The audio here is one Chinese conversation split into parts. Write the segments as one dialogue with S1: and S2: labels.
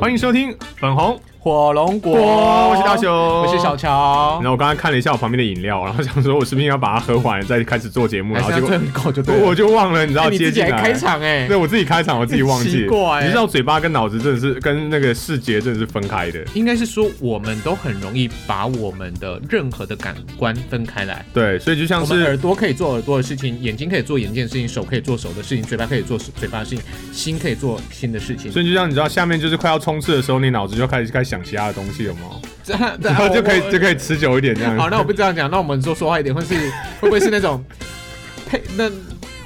S1: 欢迎收听粉红
S2: 火龙果，
S1: 我是大雄，
S2: 我是小乔
S1: 然，后我刚刚看了一下我旁边的饮料，然后想说我是不是应该把它喝完再开始做节目，
S2: 还
S1: 然后
S2: 是
S1: 结
S2: 要
S1: 果
S2: 最后一口就对了。
S1: 我我就忘了，你知道
S2: 哎你
S1: 接
S2: 自己
S1: 进
S2: 还
S1: 来
S2: 开场哎、
S1: 对我自己开场，我自己忘 记。
S2: 奇怪欸
S1: 你知道嘴巴跟脑子真的是跟那个视觉真的是分开的。
S3: 应该是说，我们都很容易把我们的任何的感官分开来。
S1: 对，所以就像
S3: 我们
S1: 是
S3: 耳朵可以做耳朵的事情，眼睛可以做眼睛的事情，手可以做手的事情，嘴巴可以做嘴巴的事情，心可以做心的事情。
S1: 所以就像你知道，下面就是快要冲刺的时候，你脑子就开始开始想其他的东西，有没 有？
S3: 这样
S1: 然 后就可以就
S3: 以。
S1: 可以持久一点这样。
S3: 好，那我不这样讲，那我们说说话一点，会 是会不会是那种陪那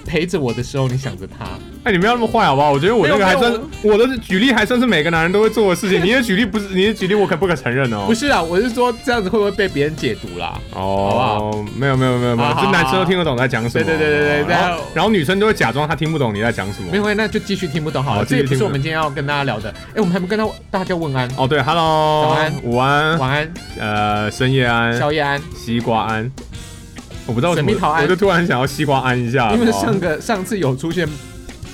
S3: 陪着我的时候，你想着他？
S1: 哎，你不要那么坏好不好？我觉得我那个还算
S3: 没有，
S1: 我的举例还算是每个男人都会做的事 情。你的举例不是，你的举例我可不可承认哦
S3: 不？是啊，我是说这样子会不会被别人解读啦？好
S1: 哦，没有没有没有没有，
S3: 好好
S1: 这男生都听得懂在讲什么。
S3: 对对对对对对
S1: 然后然后女生都会假装她听不懂你在讲什么
S3: 没。有，那就继续听不懂好
S1: 好
S3: 了。这也不
S1: 继续听不
S3: 是
S1: 懂
S3: 我们今天要跟大家聊的。哎，我们还没跟到大家问安，
S1: 哦，对，Hello，
S3: 早安
S1: 午安，
S3: 晚安，
S1: 呃，深夜安，
S3: 宵夜安。
S1: 西瓜安，我不知道为什么
S3: 神秘桃，安
S1: 我就突然想要西瓜哎安一下，
S3: 因为
S1: 好不好
S3: 上个上次有出现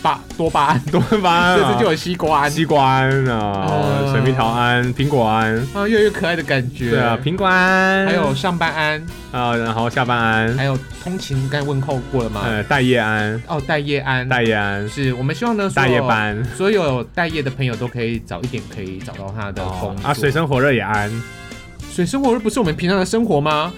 S3: 巴多巴胺，
S1: 多巴胺
S3: 这
S1: 啊
S3: 次就有西瓜胺
S1: 西瓜安啊，
S3: 嗯
S1: 水蜜桃安，苹果安，
S3: 啊，越来越可爱的感觉。
S1: 对啊，苹果安，
S3: 还有上班安，
S1: 啊，然后下班安，
S3: 还有通勤，刚才问候过了吗？
S1: 呃，待业安，
S3: 哦，待业安，
S1: 待业安，
S3: 是我们希望呢，所
S1: 待
S3: 有
S1: 业，班。
S3: 所有待业的朋友都可以早一点可以找到他的工
S1: 哦
S3: 作。
S1: 啊，水深火热也安，
S3: 水生活不是我们平常的生活吗？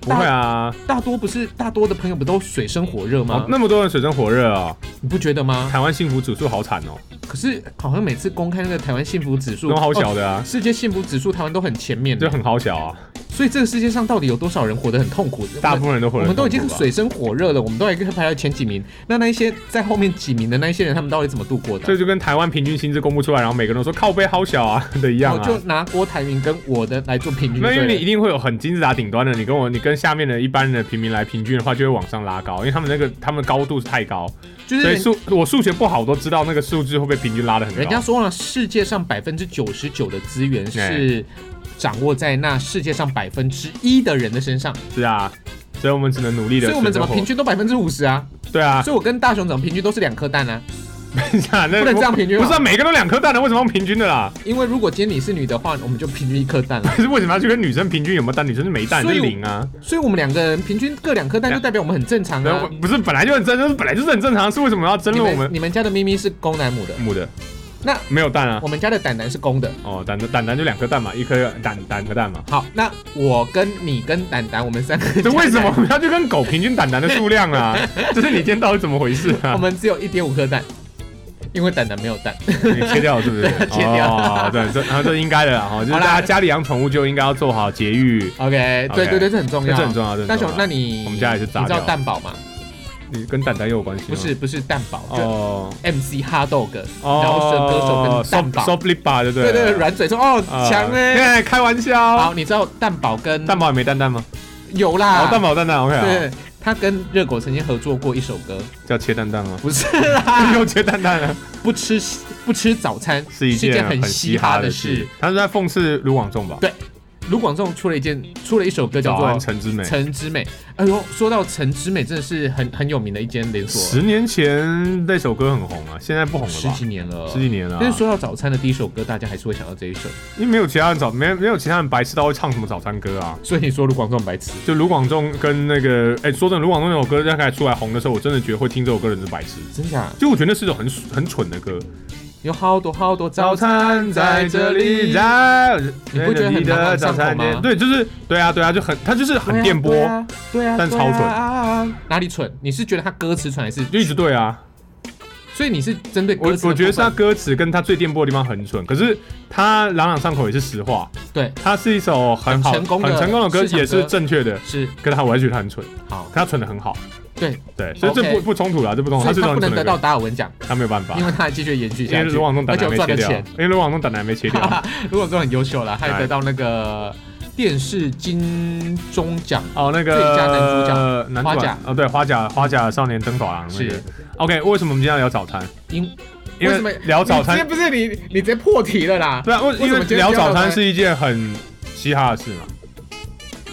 S1: 不会啊，
S3: 大多不是大多的朋友不都水深火热
S1: 哦
S3: 吗？
S1: 那么多人水深火热啊，
S3: 你不觉得吗？
S1: 台湾幸福指数好惨哦，
S3: 可是好像每次公开那个台湾幸福指数
S1: 都，好小
S3: 哦
S1: 的啊，
S3: 世界幸福指数台湾都很前面的
S1: 就，很好小啊，
S3: 所以这个世界上到底有多少人活得很痛苦？
S1: 大部分人都火
S3: 我
S1: 热
S3: 们
S1: 很
S3: 都
S1: 痛
S3: 已
S1: 苦吧，
S3: 经水深火热了，我们都还可以排到前几名。那那一些在后面几名的那一些人，他们到底怎么度过的
S1: 这？就跟台湾平均薪资公布出来，然后每个人都说靠背好小啊 的一样
S3: 我
S1: 啊。
S3: 哦就拿郭台铭跟我的来做平均
S1: 那因为你
S3: 对
S1: 一
S3: 了。
S1: 定会有很金字塔顶端的，你跟我，你跟下面的一般的平民来平均的话，就会往上拉高，因为他们那个他们高度是太高，
S3: 就
S1: 所以
S3: 是
S1: 数哦我数学不好，我都知道那个数字会被平均拉的很高。
S3: 人家说了，世界上百分之九十九的资源是掌握在那世界上百分之一的人的身上，
S1: 是啊，所以我们只能努力的。
S3: 所以我们怎么平？均都百分之五十啊？
S1: 对啊，
S3: 所以我跟大雄怎么平均都是两颗蛋啊？
S1: 等一下那
S3: 不能这样平均
S1: 不
S3: 啊
S1: 是啊，每个都两颗蛋的，为什么要平均的啦？
S3: 因为如果今天你是女的话，我们就平均一颗蛋了。
S1: 可是 为什么要去跟女生平均有没有蛋？女生是没蛋，
S3: 所
S1: 是
S3: 以
S1: 零啊。
S3: 所以我们两个人平均各两颗蛋，就代表我们很正常
S1: 然
S3: 啊
S1: 后。不是本来就很正，就是本来就是很正常，是为什么要争
S3: 你
S1: 论我
S3: 们
S1: 们
S3: 你们家的咪咪是公奶母的，
S1: 母的？
S3: 那
S1: 没有蛋啊？
S3: 我们家的蛋蛋是公的。
S1: 哦，蛋蛋蛋就两颗蛋嘛，一颗蛋蛋颗蛋嘛。
S3: 好，那我跟你跟蛋蛋，我们三个
S1: 这
S3: 加
S1: 为
S3: 起
S1: 什
S3: 来
S1: 么我们要去跟狗平均蛋蛋的数量啊？就是你今天到底怎么回事啊？
S3: 我们只有一点五颗蛋？因为蛋蛋没有蛋。
S1: 你切掉了是不是？
S3: 切掉
S1: 哦，对，这啊这应该的啦哈，就是
S3: 好
S1: 大
S3: 啦
S1: 家家里养宠物就应该要做好节育，
S3: OK，对对对，这很重
S1: 这
S3: 要。
S1: 很重要。这很
S3: 大
S1: 重
S3: 雄
S1: 要，
S3: 那你
S1: 我们家也是炸
S3: 你知道
S1: 掉
S3: 蛋宝吗？
S1: 你跟蛋蛋有关系吗？
S3: 不是不是蛋宝，就
S1: 哦
S3: MC 哈豆哥，
S1: 哦，
S3: 饶舌歌手跟蛋
S1: soft
S3: 宝
S1: soft lip bar 对不
S3: 对
S1: 对
S3: 对对，软嘴说哦
S1: 啊
S3: 强哎。
S1: 嘿开玩笑
S3: 好，。你知道蛋宝跟
S1: 蛋宝也没蛋蛋吗？
S3: 有
S1: 哦，
S3: 啦，
S1: 蛋宝有蛋蛋 OK 啊，
S3: 对，他跟热狗曾经合作过一首歌，
S1: 叫切蛋蛋吗？
S3: 不是 啦，
S1: 又切蛋蛋了，
S3: 不吃不吃早餐
S1: 是一件
S3: 很
S1: 嘻
S3: 哈
S1: 的
S3: 事。。
S1: 他是在讽刺卢广仲吧？
S3: 对卢广仲出了一件出了一首歌叫
S1: 早
S3: 做
S1: 安，
S3: 《
S1: 陈之美。
S3: 陈之美》，哎呦，说到陈之美，真的是很很有名的一间连锁，
S1: 十年前那首歌很红啊，现在不红了
S3: 十
S1: 吧？
S3: 几年了，
S1: 十几。年了、啊
S3: 但，是说到早餐的第一首歌，大家还是会想到这一首。
S1: 因为没有其他人早，没没有其他人白痴到会唱什么早餐歌啊。
S3: 所以你说卢广仲白痴，
S1: 就卢广仲跟那个，哎、说真的，卢广仲那首歌刚开始出来红的时候，我真的觉得会听这首歌的人是白痴。
S3: 真假？
S1: 就我觉得那是一首很很蠢的歌。
S3: 有好多好多早餐，
S1: 餐
S3: 在这里
S1: 在
S3: 你不觉得很朗朗上口吗
S1: 对，就是对啊，对啊，就很，他就是很电波，
S3: 对啊，对啊，
S1: 但
S3: 对啊
S1: 超蠢
S3: 啊哪里蠢？你是觉得他歌词蠢还是？
S1: 就一直对啊。
S3: 所以你是针对
S1: 我
S3: 歌词的
S1: 我觉得
S3: 部
S1: 是他
S3: 分
S1: 歌词跟他最电波的地方很蠢，可是他朗朗上口也是实话，
S3: 对，
S1: 他是一首很好
S3: 很成功的
S1: 很成功的歌，
S3: 市场歌
S1: 也是正确的。
S3: 是
S1: 可是他我还觉得他很蠢，
S3: 好，
S1: 可他蠢的很好，
S3: 对，
S1: 对，所以这
S3: 哦 OK
S1: 不不冲突啦，这不冲突，他
S3: 所以
S1: 是一
S3: 他
S1: 首很
S3: 不能
S1: 蠢
S3: 得
S1: 的
S3: 到
S1: 歌，
S3: 达尔文奖，
S1: 他没有办法
S3: 因。为他还继续延续
S1: 因
S3: 下
S1: 为
S3: 去，
S1: 卢广仲
S3: 而
S1: 胆
S3: 且
S1: 还
S3: 我
S1: 没
S3: 赚
S1: 切
S3: 的
S1: 掉，
S3: 钱。
S1: 因为卢广仲胆还没切掉，
S3: 卢广仲很优秀了，他也
S1: 哎
S3: 得到那个电视金钟奖。
S1: 哦，那个
S3: 最佳男主角
S1: 男
S3: 花
S1: 主
S3: 甲
S1: 角哦，对，花甲花甲少年登法郎那个
S3: 是。
S1: OK，为什么我们今天要聊早餐？
S3: 因
S1: 因
S3: 为什么
S1: 聊早
S3: 你直
S1: 餐
S3: 接，不是你，你直接破题了啦！
S1: 对啊，为
S3: 为什么
S1: 因为
S3: 今天
S1: 聊
S3: 要聊
S1: 早
S3: 早
S1: 餐
S3: 餐
S1: 是一件很嘻哈的事嘛。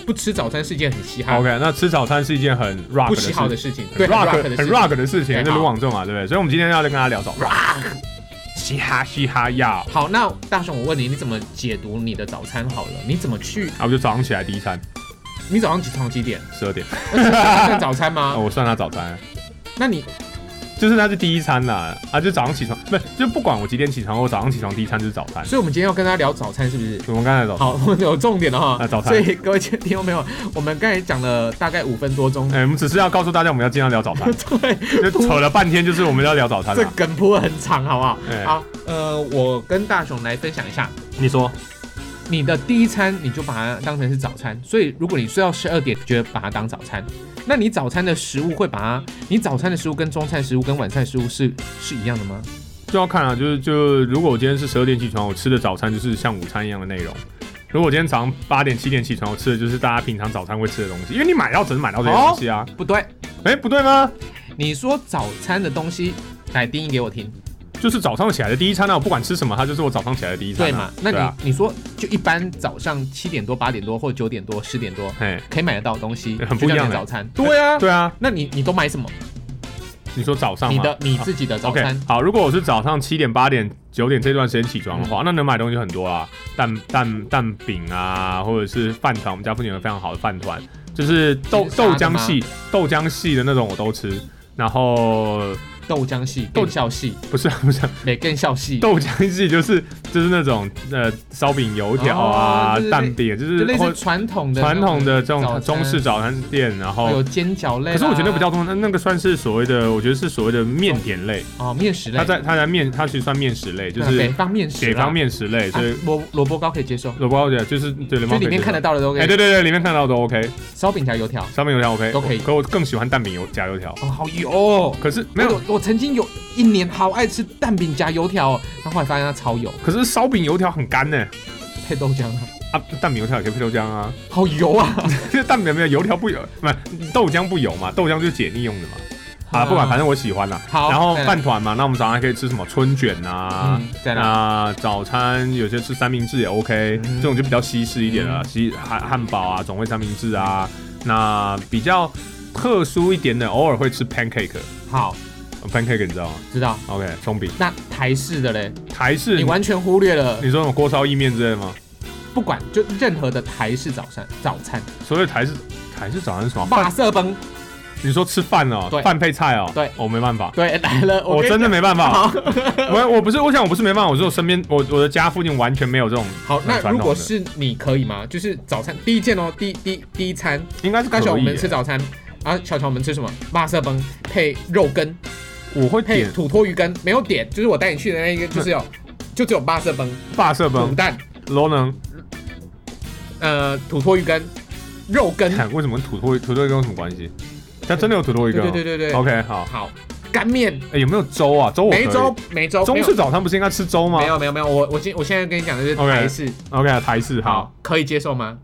S3: 不吃早餐是一件很嘻哈、
S1: OK，那吃早餐是一件很 rock
S3: 不
S1: 的事
S3: 喜
S1: 情
S3: 好的。事情，对
S1: 很 rock
S3: 的
S1: 很
S3: 事情。
S1: rock 的事情，
S3: 对
S1: 是
S3: 好
S1: 卢广仲嘛，对不对？所以我们今天要来跟他聊早嘻哈嘻哈呀，
S3: 好，那大雄，我问你，你怎么解读你的早餐？好了，你怎么去？
S1: 啊，我就早上起来第一餐
S3: 你早上起床几 点？
S1: 十二点，
S3: 啊算早餐
S1: 啊，
S3: 吗？
S1: 我算他早餐，
S3: 那你
S1: 就是那是第一餐啦，啊，就早上起床，不是就不管我几点起床，我早上起床第一餐就是早餐。
S3: 所以我们今天要跟大家聊早餐，是不是？
S1: 我们刚才早餐，
S3: 好， 我们有重点了哈。
S1: 啊早餐
S3: 所以各位听众朋友，我们刚才讲了大概五分多钟，
S1: 哎、我们只是要告诉大家我们要尽量聊 早餐，
S3: 对，
S1: 就扯了半天，就是我们要聊早餐
S3: 这
S1: 啦。
S3: 梗铺得很长，好不好？
S1: 哎
S3: 好，呃，我跟大雄来分享一下，
S1: 你说，
S3: 你的第一餐你就把它当成是早餐，所以如果你睡到十二点，觉得把它当早餐，那你早餐的食物会把它，你早餐的食物跟中餐食物跟晚餐食物是是一样的吗？
S1: 就要看啊，就是就如果我今天是十二点起床，我吃的早餐就是像午餐一样的内容；如果我今天早上八点七点起床，我吃的就是大家平常早餐会吃的东西，因为你买到只是买到这些东西啊。
S3: 不对，
S1: 哎、不对吗？
S3: 你说早餐的东西，来定义给我听，
S1: 就是早上起来的第一餐啊，我不管吃什么，它就是我早上起来的第一餐、啊。
S3: 对嘛？那你、
S1: 对啊，
S3: 你说就一般早上七点多、八点多或九点多、十点多
S1: 哎，
S3: 可以买得到的东西，
S1: 很不一样
S3: 就叫
S1: 欸
S3: 你的早餐。对啊，
S1: 对啊，
S3: 那你你都买什么？
S1: 你说早上吗
S3: 你的你自己的早
S1: OK，
S3: 餐，嗯
S1: 好，如果我是早上七点、八点、九点这段时间起床的话，那能买的东西很多啦，蛋蛋蛋饼啊，或者是饭团，我们家附近有非常好的饭团，就是豆
S3: 是
S1: 豆
S3: 沙的
S1: 浆
S3: 吗
S1: 系豆浆系的那种我都吃。然后
S3: 豆浆系、
S1: 豆
S3: 更校系、
S1: 不是不是
S3: 美更校系，
S1: 豆浆系，就是 就是那种呃烧饼、油条啊、
S3: 哦就是类
S1: 蛋饼，就
S3: 就是类
S1: 或
S3: 似传统的
S1: 传统的这
S3: 早
S1: 种
S3: 餐
S1: 中式早餐店。然
S3: 那种，
S1: 后
S3: 有煎饺类啦。啊
S1: 可是我觉得不叫中，那那个算是所谓的，我觉得是所谓的面点类。
S3: 哦，面食类，
S1: 它在它在面，它其实算面食类，就
S3: 嗯北
S1: 是
S3: 方面食啦，
S1: 北方面食类，
S3: 啊
S1: 所以
S3: 萝萝卜糕可以接受，
S1: 萝卜糕姐就是对
S3: 就里面看得
S1: 到。
S3: 到的都
S1: 哎，
S3: OK，
S1: 对对对，里面看得到都 OK，
S3: 烧饼夹油条，
S1: 上面油条 OK，
S3: 都可以
S1: 可我更喜欢蛋饼油加油条，
S3: 哦，好油哦。
S1: 可是没有，
S3: 我，我曾经有一年好爱吃蛋饼夹油条、哦，然后后来发现它超油，
S1: 可是烧饼油条很干呢。
S3: 配豆浆啊，
S1: 啊，蛋饼油条也可以配豆浆啊，
S3: 好油啊！
S1: 因为蛋饼没有油条不油，不是豆浆不油嘛，豆浆就是解腻用的嘛。啊，
S3: 啊
S1: 不管，反正我喜欢啦。
S3: 好
S1: 然后
S3: 再来
S1: 饭团嘛，那我们早上还可以吃什么春卷啊？
S3: 嗯，在哪？
S1: 那早餐有些吃三明治也 OK，、
S3: 嗯
S1: 这种就比较西式一点了，西汉汉堡啊，总会三明治啊。那比较特殊一点的，偶尔会吃 pancake。哦
S3: 好，
S1: pancake 你知道吗
S3: 知道。
S1: ？OK，松饼。
S3: 那台式的嘞，
S1: 台式
S3: 你完全忽略了，
S1: 你说那种锅烧意面之类的吗？
S3: 不管就任何的台式早餐，早餐
S1: 所以台式台式早餐是什么
S3: 马
S1: 饭？
S3: 色崩，
S1: 你说吃饭哦、
S3: 对
S1: 饭配菜哦、
S3: 对
S1: 我、没办法。
S3: 对， 来了，
S1: 我
S3: 跟你
S1: 哦真的没办法，
S3: 讲好。
S1: 我我不是，我想我不是没办法，我是我身边我我的家附近完全没有这种
S3: 好，
S1: 很
S3: 那
S1: 传
S3: 如
S1: 统
S3: 果
S1: 的
S3: 是你可以吗？就是早餐第一件哦，第第第一餐，
S1: 应该是可
S3: 刚
S1: 以
S3: 才我们
S1: 耶
S3: 吃早餐啊，小乔我们吃什么？马色崩配肉羹，
S1: 我会
S3: 配
S1: 点
S3: 土托鱼羹，没有点，就是我带你去的那一个，就是有，就只有马色崩、
S1: 霸色
S3: 卤
S1: 崩、
S3: 蛋、
S1: 罗能，
S3: 呃土托鱼羹、肉羹，
S1: 看为什么土托土托鱼跟我有什么关系？它真的有土托鱼
S3: 对
S1: 羹哦、
S3: 对对对对
S1: OK，好、
S3: 好，干面，
S1: 哎有没有粥啊？粥我可以
S3: 梅州梅州
S1: 中式早餐不是应该吃粥吗
S3: 没有没有没有，我我今我现在跟你讲的是
S1: OK
S3: 台式，
S1: ？OK，台式好，
S3: 好，可以接受吗？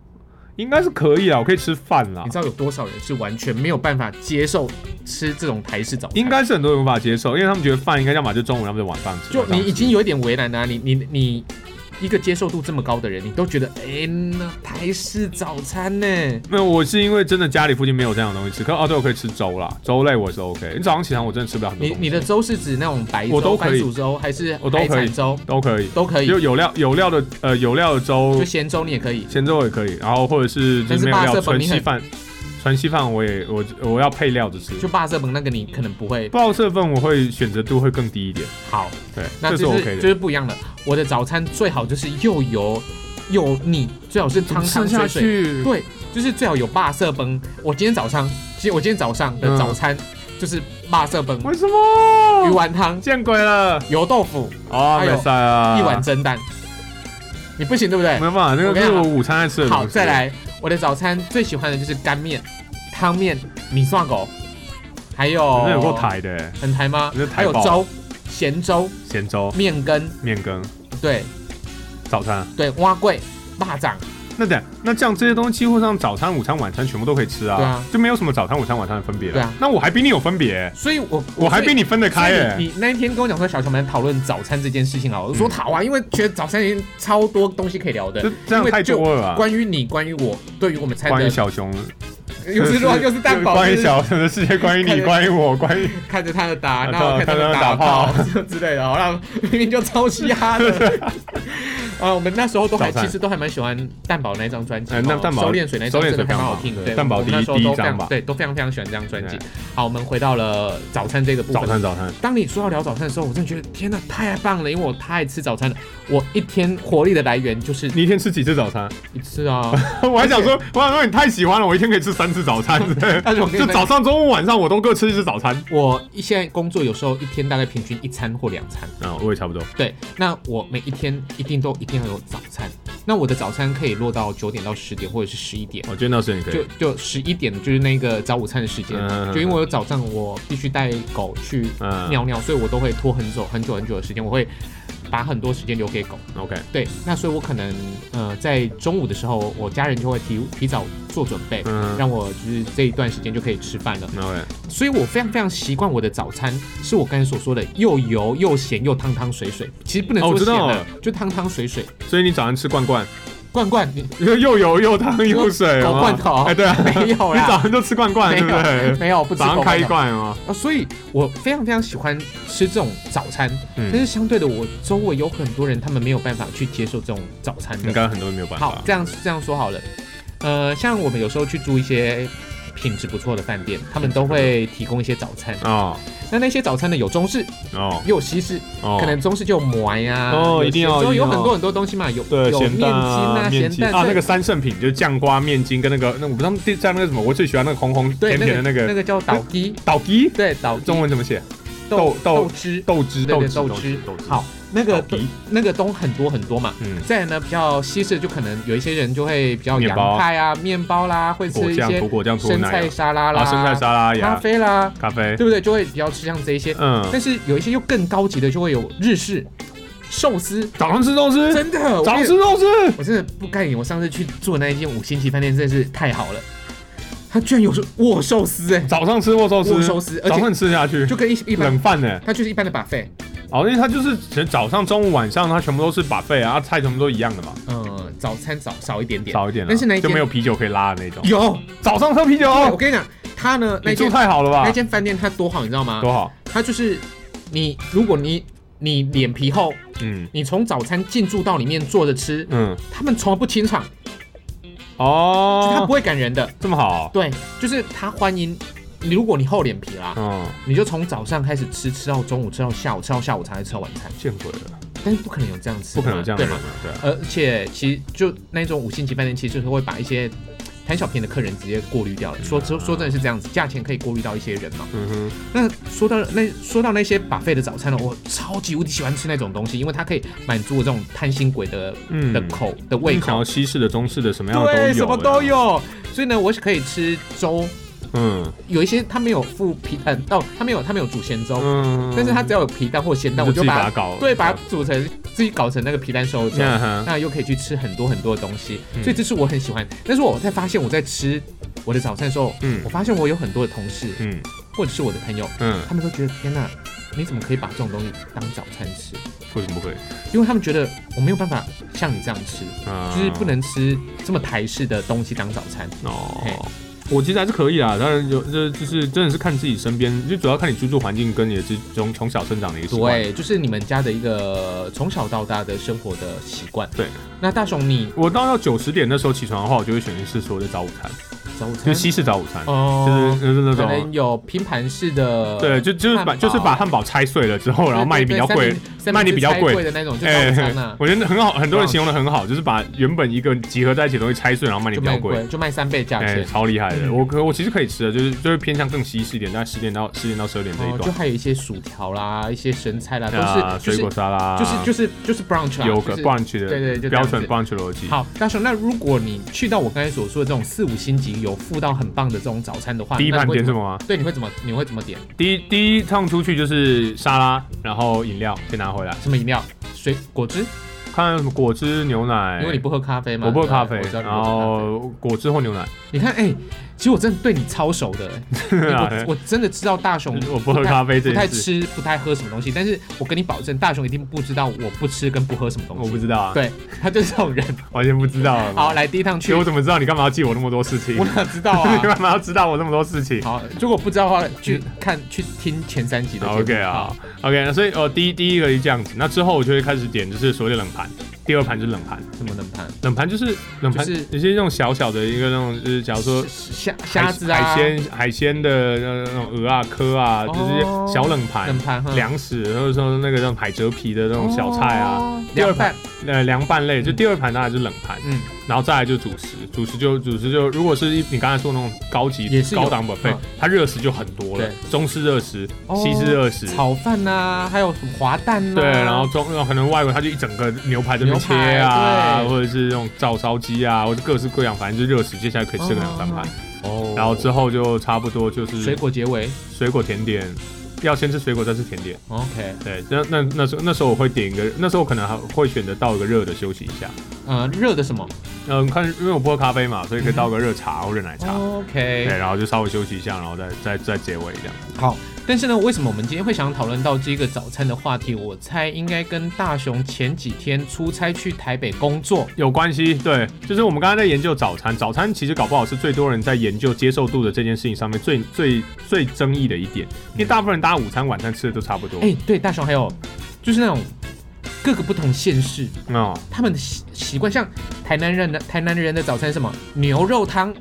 S1: 应该是可以啊，我可以吃饭啦
S3: 你。知道有多少人是完全没有办法接受吃这种台式早餐？
S1: 应该是很多人无法接受，因为他们觉得饭应该要么就中午，要么就晚上吃。
S3: 就
S1: 晚上
S3: 你
S1: 吃
S3: 已经有一点为难了、啊，你你你一个接受度这么高的人，你都觉得哎、那台式早餐呢、
S1: 没有，我是因为真的家里附近没有这样的东西吃。可哦，对，我可以吃粥啦，粥类我是 OK。你早上起床我真的吃不了很多
S3: 你
S1: 东西，
S3: 你的粥是指那种白粥、
S1: 我都可
S3: 番
S1: 以
S3: 薯粥，还是
S1: 我都可以
S3: 海产粥
S1: 都可以，
S3: 都可以，
S1: 就有料有料的呃有料的粥
S3: 就，咸粥你也可以。
S1: 咸粥也可以，然后或者是就
S3: 但
S1: 是
S3: 是
S1: 没有
S3: 霸
S1: 料
S3: 色粉
S1: 纯
S3: 你
S1: 稀
S3: 很
S1: 饭，纯稀饭我也我我要配料着吃。
S3: 就霸色本那个你可能不会
S1: 报色份我会选择度会更低一点，
S3: 好，
S1: 对，
S3: 那
S1: 这
S3: 就是
S1: OK
S3: 就
S1: 的。
S3: 是不一样的。我的早餐最好就是又油又腻，最好是汤汤水水
S1: 去
S3: 对，就是最好有霸色崩。我今天早上，其实我今天早上
S1: 嗯
S3: 的早餐就是霸色崩、
S1: 为什么？
S3: 鱼丸汤、
S1: 见鬼了！
S3: 油豆腐、
S1: 哦，
S3: 还有
S1: 没赛啊，
S3: 哎一碗蒸蛋。你不行对不对
S1: 没？办法，那个
S3: 我跟你
S1: 是
S3: 讲
S1: 我午餐爱吃的东西。
S3: 好，再。来，我的早餐最喜欢的就是干面、汤面、米蒜狗，还有
S1: 那有够，台的
S3: 很台吗
S1: 你这？台
S3: 还有
S1: 爆
S3: 粥、咸粥、
S1: 咸粥、
S3: 面羹，
S1: 面羹、
S3: 对
S1: 早餐。
S3: 对，蛙桂、蚂蚱，
S1: 那等下那这样这些东西几乎上早餐、午餐、晚餐全部都可以吃啊，
S3: 对啊
S1: 就没有什么早餐、午餐、晚餐的分别了。
S3: 对啊
S1: 那我还比你有分别欸、
S3: 所以我
S1: 我还比。你分得
S3: 所
S1: 开
S3: 以
S1: 耶、
S3: 你你那一天跟我讲说，小熊们讨论早餐这件事情啊，我说
S1: 嗯
S3: 好啊，因为觉得早餐已经超多东西可以聊的
S1: 这，这样
S3: 因为
S1: 太
S3: 就
S1: 多了吧？啊
S3: 关于你，关于我，对于我们餐
S1: 关于
S3: 的
S1: 小熊
S3: 又是乱又是蛋 堡，
S1: 关于
S3: 就是
S1: 小陈的世界，关于你，关于我，关于
S3: 看着他的 打，
S1: 啊
S3: 然
S1: 看
S3: 后看他
S1: 着
S3: 们
S1: 他
S3: 打
S1: 打炮
S3: 炮 之类的，好像明明就超嘻哈 的。啊，我们那时候都还
S1: 早餐
S3: 其实都还蛮喜欢蛋堡那一张专辑，
S1: 哎那
S3: 哦
S1: 蛋堡
S3: 收敛水那一张
S1: 收敛
S3: 真
S1: 水
S3: 的还
S1: 非
S3: 蛮
S1: 常
S3: 好
S1: 好
S3: 听的，
S1: 对蛋堡
S3: 我们
S1: 第一
S3: 那时候
S1: 第一
S3: 都非
S1: 张
S3: 常
S1: 吧
S3: 对，都非常非常喜欢这张专辑
S1: 对。
S3: 好，我们回到了早餐这个部
S1: 早
S3: 分。
S1: 餐，早餐，
S3: 当你说到聊早餐的时候，我真的觉得天呐，太棒了！因为我太爱吃早餐了，我一天活力的来源就是
S1: 你一天吃几次早餐？
S3: 一次啊。
S1: 我还想说，我想说你太喜欢了，我一天可以吃三次早 餐，
S3: 但是我跟你
S1: 就
S3: 分
S1: 早上、中午、晚上我都各吃一次早餐。
S3: 我一现在工作有时候一天大概平均一餐或两餐。
S1: 啊，我也差不多。
S3: 对，那我每一天一定都一定要有早餐。那我的早餐可以落到九点到十点，或者是十一点。
S1: 我觉得那时候你可
S3: 就
S1: 以，
S3: 就十一点就是那个早午餐的时间，
S1: 嗯
S3: 就因为我早上我必须带狗去
S1: 嗯
S3: 尿尿，所以我都会拖很久很久很久的时间，我会把很多时间留给狗。
S1: OK，
S3: 对，那所以我可能呃在中午的时候，我家人就会提提早做准备，
S1: 嗯
S3: 让我就是这一段时间就可以吃饭了。
S1: ，OK，
S3: 所以我非常非常习惯我的早餐是我刚才所说的又油又咸又汤汤水水，其实不能
S1: 哦
S3: 说
S1: 我知
S3: 咸、
S1: 道
S3: 啊
S1: 了
S3: 就汤汤水水。
S1: 所以你早上吃罐罐，
S3: 罐罐， 你
S1: 又又油又汤又水，
S3: 狗
S1: 有吗
S3: 罐头
S1: 哎，对 啊，
S3: 没有
S1: 你
S3: 啦
S1: 早上就吃罐罐，
S3: 没
S1: 对不
S3: 有
S1: 对？
S3: 没有不吃
S1: 早上
S3: 狗罐
S1: 开一
S3: 头
S1: 罐啊，
S3: 啊，所以我非常非常喜欢吃这种早餐。但
S1: 嗯，
S3: 是相对的，我周围有很多人他们没有办法去接受这种早餐的
S1: 应。该很多人没有办
S3: 好
S1: 法，。
S3: 这样这样说好了，呃，像我们有时候去住一些品质不错的饭店，他们都会提供一些早餐。
S1: 哦
S3: 那那些早餐呢，有中式，
S1: 哦
S3: 也有西式，
S1: 哦，
S3: 可能中式就有馍呀，
S1: 哦
S3: 有
S1: 一定要
S3: 就
S1: 一定
S3: 有
S1: 要
S3: 很多很多东西嘛，有
S1: 对
S3: 有面
S1: 咸
S3: 筋
S1: 蛋啊，
S3: 咸
S1: 面筋
S3: 蛋
S1: 啊，那
S3: 对
S1: 个三圣品就是酱瓜、面筋跟那个那我不知道这叫那个什么，我最喜欢那个红红
S3: 对
S1: 甜甜的
S3: 那
S1: 那
S3: 那
S1: 个
S3: 个叫倒鸡，
S1: 倒鸡，
S3: 对倒鸡
S1: 中文怎么写？
S3: 豆
S1: 豆
S3: 豆汁
S1: 豆汁，
S3: 对
S1: 豆
S3: 对
S1: 汁，
S3: 豆
S1: 汁
S3: 汁，
S1: 豆汁。
S3: 好，，那个
S1: 倒鸡
S3: 那个都很多很多嘛。
S1: 嗯，
S3: 再来呢，比较西式就可能有一些人就会比较
S1: 面
S3: 洋
S1: 包
S3: 派啊，面包啦，会吃
S1: 果
S3: 一
S1: 酱、
S3: 些
S1: 涂果酱、涂
S3: 生
S1: 奶
S3: 菜
S1: 油
S3: 沙拉啦，
S1: 啊，生菜沙拉
S3: 咖
S1: 呀，
S3: 啡啦，
S1: 咖啡，
S3: 对不对？就会比较吃像这一些。
S1: 嗯，
S3: 但是有一些又更高级的，就会有日式寿司，
S1: 早上吃肉丝，
S3: 真的，我
S1: 早上
S3: 跟你
S1: 吃肉丝，
S3: 我真的不盖你，我上次去住的那一间五星级饭店真的是太好了，它居然有握寿司哎、
S1: 早上吃握寿
S3: 握
S1: 司，
S3: 寿司而且
S1: 早上吃下去
S3: 就跟一一般
S1: 冷，饭呢。
S3: 它就是一般的 buffet，
S1: 哦，因为它就是其实早上、中午、晚上，它全部都是把费啊，菜全部都一样的嘛，
S3: 嗯，早餐少少一点点，
S1: 少一点啦，啊
S3: 但是那一
S1: 就
S3: 间
S1: 没有啤酒可以拉的那种。
S3: 有，
S1: 早上喝啤酒，哦
S3: 对我跟你讲，它呢那
S1: 你住
S3: 间
S1: 太好了吧
S3: 那？间饭店它多好，你知道吗？
S1: 多好，
S3: 它就是你如果你你脸皮厚，
S1: 嗯
S3: 你从早餐进驻到里面坐着吃，
S1: 嗯，
S3: 他们从来不清场，就他
S1: 哦
S3: 不，会赶人的，
S1: 这么好，
S3: 对，就是他欢迎你，如果你厚脸皮啦，
S1: 嗯，
S3: 你就从早上开始吃，吃到中午，吃到下午，吃到下午才会吃到晚餐，
S1: 见鬼了，
S3: 但是不可能有这样吃
S1: 不
S3: 的
S1: 可能
S3: 嘛，
S1: 有这样的
S3: 对
S1: 人
S3: 嘛
S1: 啊，对啊，
S3: 而且其实就那种五星级饭店，其实就是会把一些贪小便宜的客人直接过滤掉了。说说说真的是这样子，价钱可以过滤到一些人嘛。
S1: 嗯哼，
S3: 那说到那说到那些把费的早餐呢，我超级无敌喜欢吃那种东西，因为它可以满足我这种贪心鬼的、
S1: 嗯
S3: 的口的胃
S1: 你想
S3: 口
S1: 要，西式的、中式的，什么样的都有，
S3: 对，什么都，有。所以呢，我是可以吃粥，
S1: 嗯
S3: 有一些他没有附皮蛋，哦，他没有他没有煮咸粥，
S1: 嗯，
S3: 但是它只要有皮蛋或咸蛋，
S1: 你
S3: 我
S1: 就自
S3: 就
S1: 己
S3: 把
S1: 把它
S3: 它
S1: 搞，
S3: 对，把它煮成自己搞成那个皮蛋瘦肉粥，
S1: 嗯哼
S3: 那又可以去吃很多很多的东西，
S1: 嗯
S3: 所以这是我很喜欢。但是我在发现我在吃我的早餐的时候，
S1: 嗯
S3: 我发现我有很多的同事
S1: 嗯
S3: 或者是我的朋友，
S1: 嗯，
S3: 他们都觉得天哪，你怎么可以把这种东西当早餐吃？
S1: 为什么不可以？
S3: 因为他们觉得我没有办法像你这样吃，
S1: 啊
S3: 就是不能吃这么台式的东西当早餐。嘿
S1: 哦。我其实还是可以啊，当然有，这就是真的是看自己身边，就主要看你居住环境跟你是从从小生长的一个习惯。
S3: 对，就是你们家的一个从小到大的生活的习惯。
S1: 对，
S3: 那大雄你
S1: 我到要九十点那时候起床的话，我就会选一次所谓的早午餐，
S3: 早
S1: 就
S3: 餐
S1: 是西式早午餐，
S3: 嗯
S1: 就
S3: 哦，
S1: 是就是那
S3: 可
S1: 种
S3: 能有拼盘式的，
S1: 对，就就是把
S3: 汉堡
S1: 就是把汉堡拆碎了之后，然后卖你比较贵
S3: 对，对三明
S1: 卖你比较
S3: 三明治拆
S1: 贵
S3: 的那种，就
S1: 哎
S3: 早餐啊，
S1: 我觉得很好，很多人形容的很好，就是把原本一个集合在一起的东西拆碎，然后哎卖你
S3: 就
S1: 比较
S3: 卖
S1: 贵
S3: 贵，，就卖三倍价
S1: 哎，
S3: 钱。
S1: 超厉害的。我可我其实可以吃的，就是就是偏向更西式一点，大概十点到十点到十二点这一
S3: 哦，就
S1: 段
S3: 还有一些薯条啦，一些生菜啦，
S1: 啊，
S3: 都
S1: 水
S3: 是就
S1: 果
S3: 是
S1: 沙拉，
S3: 就是就是就是 brunch 啦，
S1: 有
S3: 就
S1: 个
S3: 是
S1: brunch
S3: 对对就
S1: 的
S3: 这
S1: 标
S3: 样子
S1: 准 brunch 逻辑。
S3: 好，大雄，那如果你去到我刚才所说的这种四五星级有附到很棒的这种早餐的话，
S1: 第一
S3: 那
S1: 盘
S3: 你会
S1: 点什
S3: 怎
S1: 么？吗？
S3: 对，你会怎么你会怎么点？
S1: 第一第一趟出去就是沙拉，然后饮料先拿回来，
S3: 什么饮料？水果汁？
S1: 看什么果汁、牛奶，
S3: 因为你不喝咖啡嘛。
S1: 哎我不喝咖啡，
S3: 对我知道你
S1: 然
S3: 不喝咖啡
S1: 后果汁或牛奶，
S3: 你看，哎、其实我真的对你超熟的、哎
S1: 啊
S3: 我我真的知道大雄
S1: 我不喝咖啡这
S3: 不太
S1: 件事，
S3: 吃、不太喝什么东西，但是我跟你保证，大雄一定不知道我不吃跟不喝什么东
S1: 我
S3: 西。
S1: 不知道啊，
S3: 对， 他就是这种人。
S1: 完全不知道啊。
S3: 好，来第一趟去，
S1: 所以我
S3: 我
S1: 怎么知道你干嘛要记我那么多事情？
S3: 哪知道
S1: 你
S3: 啊？
S1: 干嘛要知道我那么多事情
S3: 好，如果不知道的话，去看去听前三集的节目。
S1: ？OK 啊，OK，那所以呃，第一第一个是这样子，那之后我就会开始点就是所谓的冷盘，第二盘就是冷盘，
S3: 好，什么冷盘？
S1: 冷盘就是冷盘，
S3: 就是
S1: 有些那种小小的一个那种，就是假如说
S3: 虾
S1: 海
S3: 虾子啊，
S1: 海鲜海鲜的呃那种鹅啊、科啊，就
S3: 哦
S1: 是小冷盘
S3: 冷、盘哈，
S1: 粮食，或者说那个那种海蜇皮的那种小菜啊，
S3: 哦，
S1: 第二盘
S3: 凉拌，
S1: 呃凉拌类，就第二盘当然就是冷盘，
S3: 嗯，
S1: 然后再来就主食，主食就主食就如果是一你刚才说那种高级
S3: 也是有
S1: 高档 buffet，
S3: 嗯
S1: 它热食就很多了
S3: 对，
S1: 中式热食、
S3: 哦
S1: 西式热食。
S3: 炒饭呐，还有什么滑蛋啊呐，
S1: 对，然后中可能外国它就一整个牛排这边切啊，
S3: 牛排对
S1: 或者是那种照烧鸡啊，或者各式各样，反正就热食，接下来可以吃个两三盘。
S3: 哦
S1: 然后之后就差不多就是
S3: 水果结尾
S1: 水果甜点，要先吃水果再吃甜点。
S3: ，OK，
S1: 对，那那那时候那时候我会点一个，那时候我可能还会选择倒一个热的休息一下。
S3: 呃，热的什么
S1: 嗯，看因为我不喝咖啡嘛，所以可以倒个热茶或者奶茶。对，
S3: ？OK，
S1: 然后就稍微休息一下，然后再再再结尾这样。
S3: 好。但是呢，为什么我们今天会想讨论到这个早餐的话题？我猜应该跟大雄前几天出差去台北工作，
S1: 有关系，对，就是我们刚才在研究早餐，早餐其实搞不好是最多人在研究接受度的这件事情上面最最最争议的一点，因为大部分人大家午餐晚餐吃的都差不多。
S3: 哎、对，大雄还有就是那种各个不同县市
S1: 哦，
S3: 他们的习习惯，像台南人的台南人的早餐是什么牛肉汤、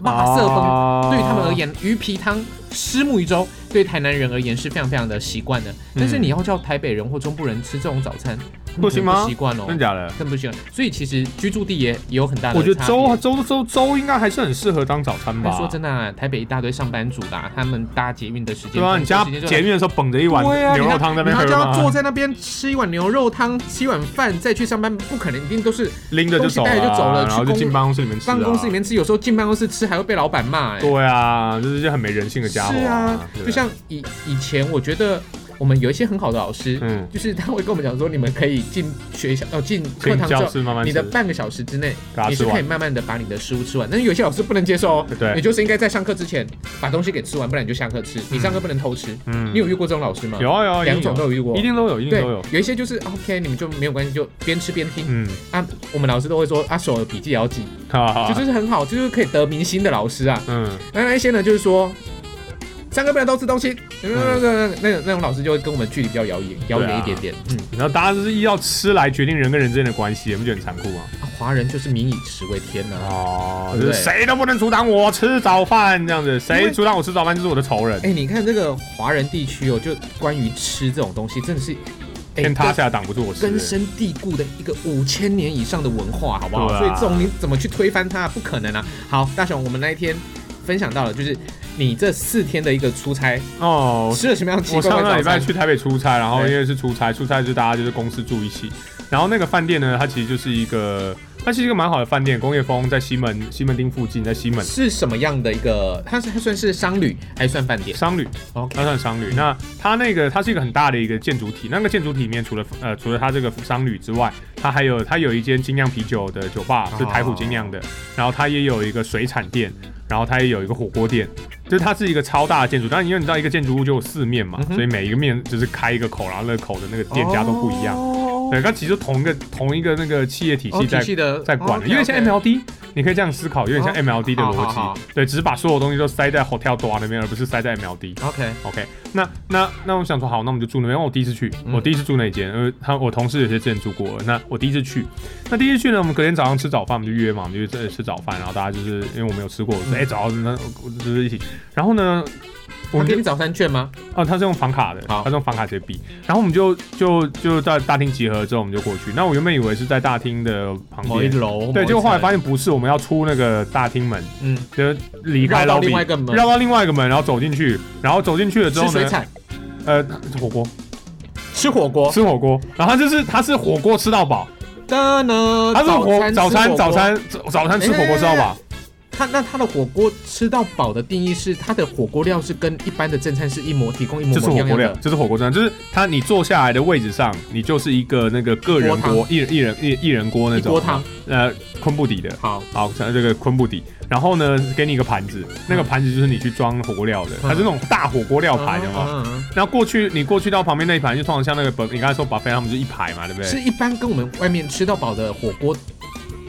S3: 麻
S1: 哦
S3: 色风，
S1: 风
S3: 对于他们而，言，鱼皮汤、虱目鱼粥，对台南人而言是非常非常的习惯
S1: 嗯
S3: 的。但是你要叫台北人或中部人吃这种早餐，他们
S1: 不行
S3: 可能
S1: 吗
S3: 习惯哦
S1: 真，的假的？
S3: 更不习惯。所以其实居住地也也有很大的
S1: 我觉得
S3: 差别
S1: 粥粥粥粥应该还是很适合当早餐吧
S3: 但。说真的、啊，台北一大堆上班族啦，他们搭捷运的时间，
S1: 对啊，你家
S3: 通勤时间就
S1: 前面的时候捧着一碗
S3: 对啊
S1: 牛
S3: 你
S1: 肉
S3: 还
S1: 汤在那边
S3: 你还就
S1: 喝
S3: 要坐
S1: 吗？
S3: 在那边吃一碗牛肉汤，吃一碗饭，再去上班，不可能，一定都是
S1: 拎着就走
S3: 东西带着就走
S1: 了，啊
S3: 了
S1: 然后
S3: 去
S1: 就
S3: 公
S1: 进办公室里面吃啊。
S3: 办公室里面吃，有时候进办公室吃还会被老板骂、哎，
S1: 对啊，就是一些很没人性的家伙。
S3: 是啊
S1: 对，不对
S3: 就像以以前，我觉得我们有一些很好的老师，
S1: 嗯，
S3: 就是他会跟我们讲说，你们可以进学校，哦，进课
S1: 进
S3: 堂之
S1: 教
S3: 后，
S1: 室慢慢
S3: 你的
S1: 吃。
S3: 半个小时之内
S1: 把，它
S3: 你
S1: 吃
S3: 是可以
S1: 完
S3: 慢慢的把你的食物吃完。但是有些老师不能接受哦，
S1: 对
S3: 你就是应该在上课之前把东西给吃完，不然你就下课吃，你上课不能偷吃。
S1: 嗯
S3: 你有遇过这种老师吗？
S1: 有啊有啊，一定
S3: 两种
S1: 有
S3: 都有遇过
S1: 一。定都有，一定
S3: 对
S1: 都有。，
S3: 有一些就是 OK，你们就没有关系，就边吃边听
S1: 嗯，
S3: 啊。我们老师都会说啊，手的笔记也要记，
S1: 好好，
S3: 就就是很好，就是可以得民心的老师啊。
S1: 嗯，
S3: 那那一些呢，就是说上课不能偷吃东西，
S1: 嗯
S3: 那那那那那种老师就会跟我们距离比较遥远遥
S1: 啊
S3: 远一点点。嗯，
S1: 然后大家就是依照吃来决定人跟人之间的关系，你不觉得很残酷吗？
S3: 啊华人就是民以食为天呐、
S1: 哦，
S3: 对
S1: 就
S3: 不
S1: 是
S3: 对
S1: 谁都不能阻挡我吃早饭这样子，谁阻挡我吃早饭就是我的仇人，
S3: 哎、你看这个华人地区哦，就关于吃这种东西，真的是哎
S1: 天塌下来挡不住我吃。
S3: 根深蒂固的一个五千年以上的文化，好不好？
S1: 对啊
S3: 所以这种你怎么去推翻它？不可能啊！好，大雄，我们那一天分享到了，就是你这四天的一个出差，
S1: 哦，
S3: 吃了什么样奇
S1: 我
S3: 怪
S1: 上
S3: 的
S1: 个
S3: 早
S1: 礼拜
S3: 餐？
S1: 去台北出差，然后
S3: 对
S1: 因为是出差，出差就大家就是公司住一起，然后那个饭店呢，它其实就是一个，它是一个蛮好的饭店，工业风在西门西门町附近，在西门
S3: 是什么样的一个？它是它算是商旅还是算饭店
S1: 商旅，
S3: ？OK，嗯
S1: 它算商旅。那它那个它是一个很大的一个建筑体，那个建筑体里面除了呃除了它这个商旅之外，它还有它有一间精酿啤酒的酒吧
S3: 啊
S1: 是台虎精酿的，然后它也有一个水产店，然后它也有一个火锅店，就是它是一个超大的建筑。但因为你知道一个建筑物就有四面嘛，
S3: 嗯哼
S1: 所以每一个面就是开一个口，然后那个口的那个店家都不一样。
S3: 哦
S1: 对，它其实同一个同一个那个企业体
S3: 哦
S1: 系在
S3: 体系的
S1: 在管的，
S3: 哦
S1: 有点像
S3: OK，OK
S1: MLD，你可以这样思考，有点像
S3: 哦
S1: MLD 的
S3: 好
S1: 逻
S3: 好好
S1: 辑，对，只是把所有东西都塞在 Hotel d o 那边，而不是塞在 MLD。
S3: OK，
S1: OK，那那那我想说，好，那我们就住那边。哦因为我第一次去，
S3: 嗯
S1: 我第一次住那间，因为他我同事有些之前住过了。那我第一次去，那第一次去呢，我们隔天早上吃早饭，我们就约嘛，我们就去这吃早饭，然后大家就是因为我没有吃过，我
S3: 嗯
S1: 说哎、早上那就是一起。然后呢，我
S3: 我
S1: 们
S3: 给
S1: 就
S3: 你早餐券吗？
S1: 啊，他是用房卡的，
S3: 好
S1: 他是用房卡直接比。然后我们就就就在大厅集合之后，我们就过去。那我原本以为是在大厅的旁
S3: 某哦一
S1: 边。
S3: 楼，
S1: 对，
S3: 某一
S1: 结果后来
S3: 层
S1: 发现不是，我们要出那个大厅门，
S3: 嗯，
S1: 就是离开
S3: 绕到
S1: lobby，
S3: 另外一个门
S1: 绕到另外一个门，然后走进去，然后走进去了之
S3: 吃
S1: 后
S3: 水
S1: 呢，
S3: 产，
S1: 呃，火锅，
S3: 吃火锅，
S1: 吃火锅，然后他就是他是火锅吃到饱，
S3: 的呢？
S1: 他是火早餐
S3: 吃
S1: 早，
S3: 火锅哎
S1: 餐早早餐吃火锅吃到饱，
S3: 它那它的火锅吃到饱的定义是，它的火锅料是跟一般的正餐是一模提供一模
S1: 这是
S3: 模一
S1: 火
S3: 样
S1: 锅
S3: 样
S1: 料，
S3: 的。
S1: 这是火锅蒸，就是它你坐下来的位置上，你就是一个那个个人锅，一人一人一一人锅那
S3: 一
S1: 种
S3: 锅汤，
S1: 呃，昆布底的。
S3: 好，
S1: 好，像这个昆布底，然后呢，给你一个盘子，那个盘子就是你去装火锅料的，它是那种大火锅料盘，有没有？
S3: 嗯嗯嗯嗯
S1: 然后过去你过去到旁边那一盘，就通常像那个本，你刚才说 buffet 他们就一排嘛，对不
S3: 是
S1: 对？
S3: 一般跟我们外面吃到饱的火锅